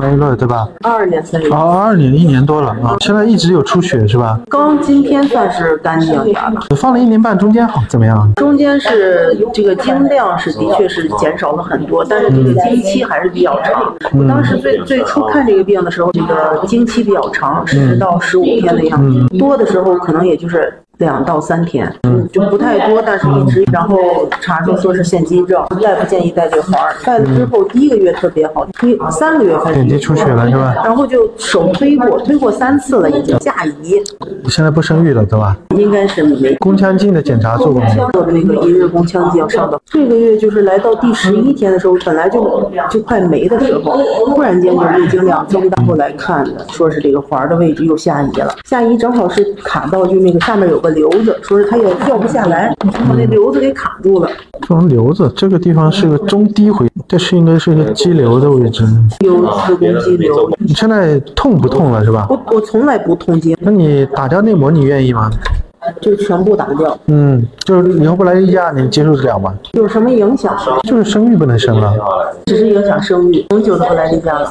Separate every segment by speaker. Speaker 1: 没了，对吧？
Speaker 2: 二年三月，
Speaker 1: 哦，二年一年多了啊，现在一直有出血是吧？
Speaker 2: 刚今天算是干净一点儿吧。
Speaker 1: 放了一年半，中间好怎么样？
Speaker 2: 中间是这个经量是的确是减少了很多，但是这个经期还是比较长。我当时最最初看这个病的时候，这个经期比较长，十到十五天的样子，多的时候可能也就是两到三天，嗯，就不太多，但是一直然后查出说是腺肌症，再不建议戴这个环儿，戴了之后第一个月特别好，第三个月开始
Speaker 1: 眼睛出血了是吧？
Speaker 2: 然后就手推过，推过三次了，已经下移，
Speaker 1: 现在不生育了对吧？
Speaker 2: 应该是没
Speaker 1: 宫腔镜的检查做过没有？
Speaker 2: 做的那个一日宫腔镜上的。这个月就是来到第十一天的时候，本来就就快没的时候，突然间就胃经量增大，后来看的说是这个环儿的位置又下移了，下移正好是卡到就那个下面有个瘤子，说是它也掉不下来，把那瘤子给卡住了。
Speaker 1: 这种瘤子，这个地方是个中低回，这是应该是个肌瘤的位置。
Speaker 2: 有子宫肌瘤，
Speaker 1: 你现在痛不痛了是吧？
Speaker 2: 我我从来不痛经，
Speaker 1: 那你打掉内膜，你愿意吗？
Speaker 2: 就全部打掉，
Speaker 1: 嗯，就是以后不来例假，你接受得了吗？
Speaker 2: 有什么影响？
Speaker 1: 就是生育不能生了，
Speaker 2: 只是影响生育，永久的不来例假了。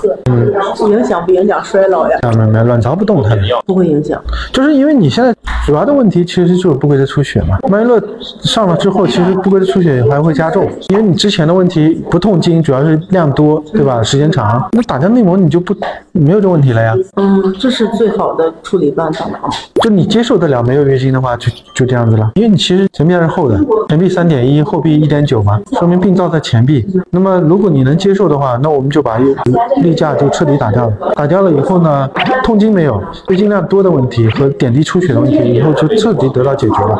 Speaker 2: 影响不影响衰老呀？
Speaker 1: 啊，没有没有，卵巢不动弹，
Speaker 2: 不会影响。
Speaker 1: 就是因为你现在主要的问题其实就是不规则出血嘛。曼乐上了之后，其实不规则出血还会加重，因为你之前的问题不痛经，主要是量多，对吧？时间长，那打掉内膜你就不没有这问题了呀。
Speaker 2: 嗯，这是最好的处理办法了啊。
Speaker 1: 就你接受得了没有月经的话，就就这样子了。因为你其实前臂还是厚的，前臂三点一，后臂一点九嘛，说明病灶在前臂。那么如果你能接受的话，那我们就把月例假就彻底打掉了。打掉了以后呢，痛经没有，月经量多的问题和点滴出血的问题，以后就彻底得到解决了。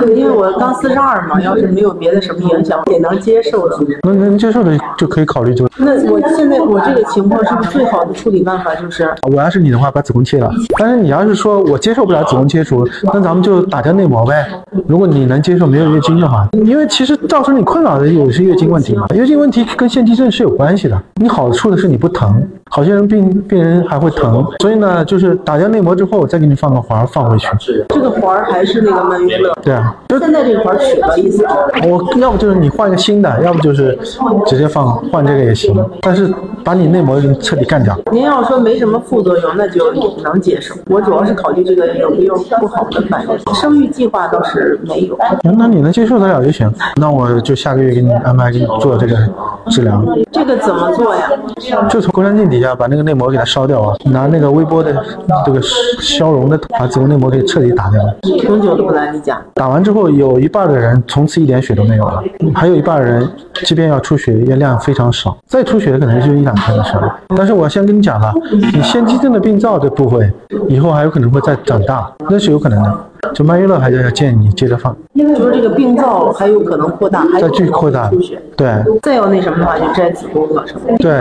Speaker 2: 对，因为我刚四十二嘛，要是没有别的什么影响，也能接受的。
Speaker 1: 能能接受的就可以考虑这个。
Speaker 2: 那我现在我这个情况是不是最好的处理办法就是
Speaker 1: 啊我要是你的话，把子宫切了。但是你要是说我接受不了子宫切除，那咱们就打掉内膜呗。如果你能接受没有月经的话，因为其实造成你困扰的有是月经问题嘛，月经问题跟腺肌症是有关系的。你好处的是你不疼，好些人病病人还会疼，所以呢，就是打掉内膜之后，我再给你放个环儿放回去。
Speaker 2: 这个环儿还是那个曼月乐？
Speaker 1: 对啊，就
Speaker 2: 现在这个环儿取了意思啊，
Speaker 1: 我要不就是你换一个新的，要不就是直接放换这个也行，但是把你内膜彻底干掉。
Speaker 2: 您要说没什么副作用，那就能接受。我主要是考虑这个有没有不好的反应，生育计划倒是没有。
Speaker 1: 嗯那你能接受得了就行。那我就下个月给你安排给你做这个治疗，
Speaker 2: 这个怎么做呀？
Speaker 1: 就从宫腔镜底下把那个内膜给它烧掉啊，拿那个微波的这个消融的把子宫内膜给彻底打掉。
Speaker 2: 永久的不来例假，
Speaker 1: 打完之后，有一半的人从此一点血都没有了，还有一半的人即便要出血，也量非常少，再出血可能就一两天的事了。但是我先跟你讲了，你腺肌症的病灶这部分以后还有可能会再长大，那是有可能的。就曼月乐还是要建议你接着放，
Speaker 2: 就是这个病灶还有可能扩大，还有
Speaker 1: 再继续扩大
Speaker 2: 出血。，
Speaker 1: 对
Speaker 2: 再要那什么的话，就摘子宫了，是吧？
Speaker 1: 对。